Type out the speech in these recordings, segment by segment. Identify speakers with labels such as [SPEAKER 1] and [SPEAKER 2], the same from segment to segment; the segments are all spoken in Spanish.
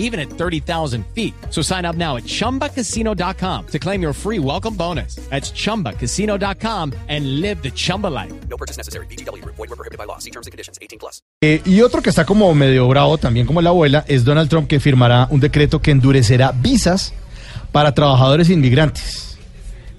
[SPEAKER 1] even at 30,000 feet. So sign up now at ChumbaCasino.com to claim your free welcome bonus. That's ChumbaCasino.com and live the Chumba life.
[SPEAKER 2] No purchase necessary. BGW. Void were prohibited by law. See terms and conditions. 18 plus.
[SPEAKER 3] Eh, y otro que está como medio bravo, también como la abuela, es Donald Trump que firmará un decreto que endurecerá visas para trabajadores inmigrantes.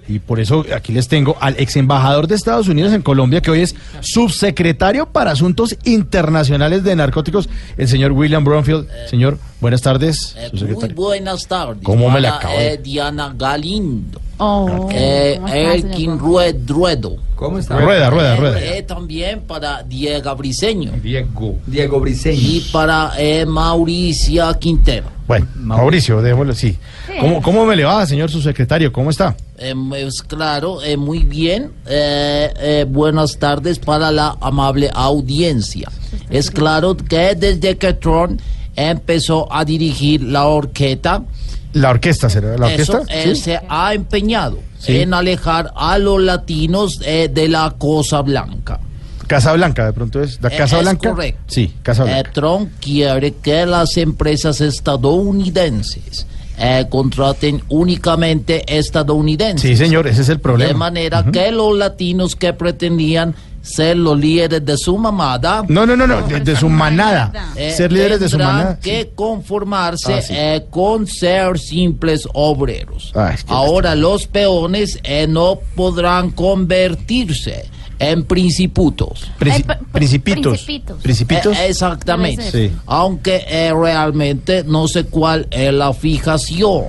[SPEAKER 3] Y por eso aquí les tengo al ex embajador de Estados Unidos en Colombia, que hoy es subsecretario para Asuntos Internacionales de Narcóticos, el señor William Bromfield. Señor, buenas tardes.
[SPEAKER 4] Eh, muy
[SPEAKER 3] subsecretario.
[SPEAKER 4] buenas tardes.
[SPEAKER 3] ¿Cómo me la
[SPEAKER 4] Hola,
[SPEAKER 3] acabo de-
[SPEAKER 4] eh, Diana Galindo.
[SPEAKER 5] Oh,
[SPEAKER 4] Eh,
[SPEAKER 5] ¿cómo está, señor
[SPEAKER 4] Elkin
[SPEAKER 5] Juan?
[SPEAKER 4] Rue- Ruedo.
[SPEAKER 6] ¿Cómo está?
[SPEAKER 3] Rueda, rueda,
[SPEAKER 4] Eh,
[SPEAKER 3] rueda.
[SPEAKER 4] eh, también para Diego Briseño.
[SPEAKER 3] Diego.
[SPEAKER 6] Diego
[SPEAKER 4] Y
[SPEAKER 6] Briseño.
[SPEAKER 4] para eh, Mauricia Quintero.
[SPEAKER 3] Bueno, Mauricio, démoslo así. ¿Cómo, ¿Cómo me le va, señor subsecretario? ¿Cómo está?
[SPEAKER 4] Eh, es claro, eh, muy bien. Eh, eh, buenas tardes para la amable audiencia. Es claro que desde que Trump empezó a dirigir la orquesta,
[SPEAKER 3] La orquesta, ¿será? ¿La orquesta?
[SPEAKER 4] Eso, eh,
[SPEAKER 3] Sí.
[SPEAKER 4] se ha empeñado
[SPEAKER 3] Sí.
[SPEAKER 4] en alejar a los latinos eh, de la cosa blanca.
[SPEAKER 3] Casa Blanca, de pronto es. ¿La
[SPEAKER 4] Eh,
[SPEAKER 3] Casa
[SPEAKER 4] es
[SPEAKER 3] Blanca?
[SPEAKER 4] correcto.
[SPEAKER 3] Sí, Casa
[SPEAKER 4] Eh,
[SPEAKER 3] Blanca.
[SPEAKER 4] Trump quiere que las empresas estadounidenses eh, contraten únicamente estadounidenses.
[SPEAKER 3] Sí, señor, ese es el problema.
[SPEAKER 4] De manera que los latinos que pretendían ser los líderes de su mamada
[SPEAKER 3] No, no, no, no, de, de su manada.
[SPEAKER 4] eh,
[SPEAKER 3] Ser líderes de su
[SPEAKER 4] tendrán
[SPEAKER 3] manada.
[SPEAKER 4] que conformarse
[SPEAKER 3] Ah, sí. Ah,
[SPEAKER 4] eh, con ser simples obreros.
[SPEAKER 3] Ay, qué
[SPEAKER 4] Ahora los peones eh, no podrán convertirse en principutos.
[SPEAKER 3] Princi-
[SPEAKER 5] Eh, pr- pr-
[SPEAKER 3] principitos.
[SPEAKER 5] principitos.
[SPEAKER 3] Principitos.
[SPEAKER 4] Eh, exactamente.
[SPEAKER 5] Puede
[SPEAKER 3] ser. Sí.
[SPEAKER 4] Aunque eh, realmente no sé cuál es la fijación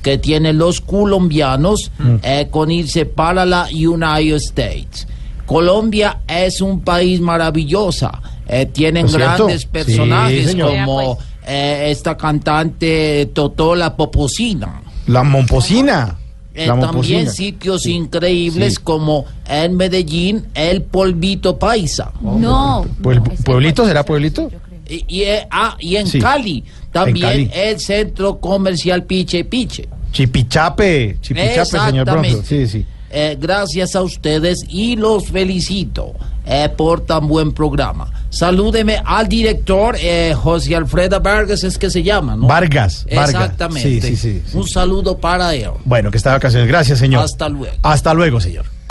[SPEAKER 4] que tienen los colombianos
[SPEAKER 3] Mm.
[SPEAKER 4] eh, con irse para la United States. Colombia es un país maravilloso. eh, tienen
[SPEAKER 3] ¿Es cierto?
[SPEAKER 4] grandes
[SPEAKER 3] Sí,
[SPEAKER 4] personajes
[SPEAKER 3] señor. pues.
[SPEAKER 4] como eh, esta cantante Totola Poposina.
[SPEAKER 3] La momposina.
[SPEAKER 4] Eh,
[SPEAKER 3] la
[SPEAKER 4] también
[SPEAKER 3] momposina.
[SPEAKER 4] sitios increíbles
[SPEAKER 3] Sí.
[SPEAKER 4] como en Medellín, el polvito paisa.
[SPEAKER 3] Puebl-
[SPEAKER 5] No. no, es el
[SPEAKER 3] Pues, ¿pueblito
[SPEAKER 5] pueblo,
[SPEAKER 3] será
[SPEAKER 5] es el
[SPEAKER 3] pueblito?
[SPEAKER 5] yo creo.
[SPEAKER 4] Y, y, eh, ah, y en
[SPEAKER 3] Sí.
[SPEAKER 4] Cali, también
[SPEAKER 3] En Cali.
[SPEAKER 4] el centro comercial Piche Piche.
[SPEAKER 3] Chipichape. Chipichape, señor Bronco.
[SPEAKER 4] Exactamente.
[SPEAKER 3] Sí, sí.
[SPEAKER 4] Eh, gracias a ustedes y los felicito eh, por tan buen programa. Salúdeme al director eh, José Alfredo Vargas, es que se llama, ¿no?
[SPEAKER 3] Vargas, Vargas.
[SPEAKER 4] Exactamente.
[SPEAKER 3] Sí, sí, sí, sí.
[SPEAKER 4] Un saludo para él.
[SPEAKER 3] Bueno, que está de vacaciones. Gracias, señor.
[SPEAKER 4] Hasta luego.
[SPEAKER 3] Hasta luego, señor.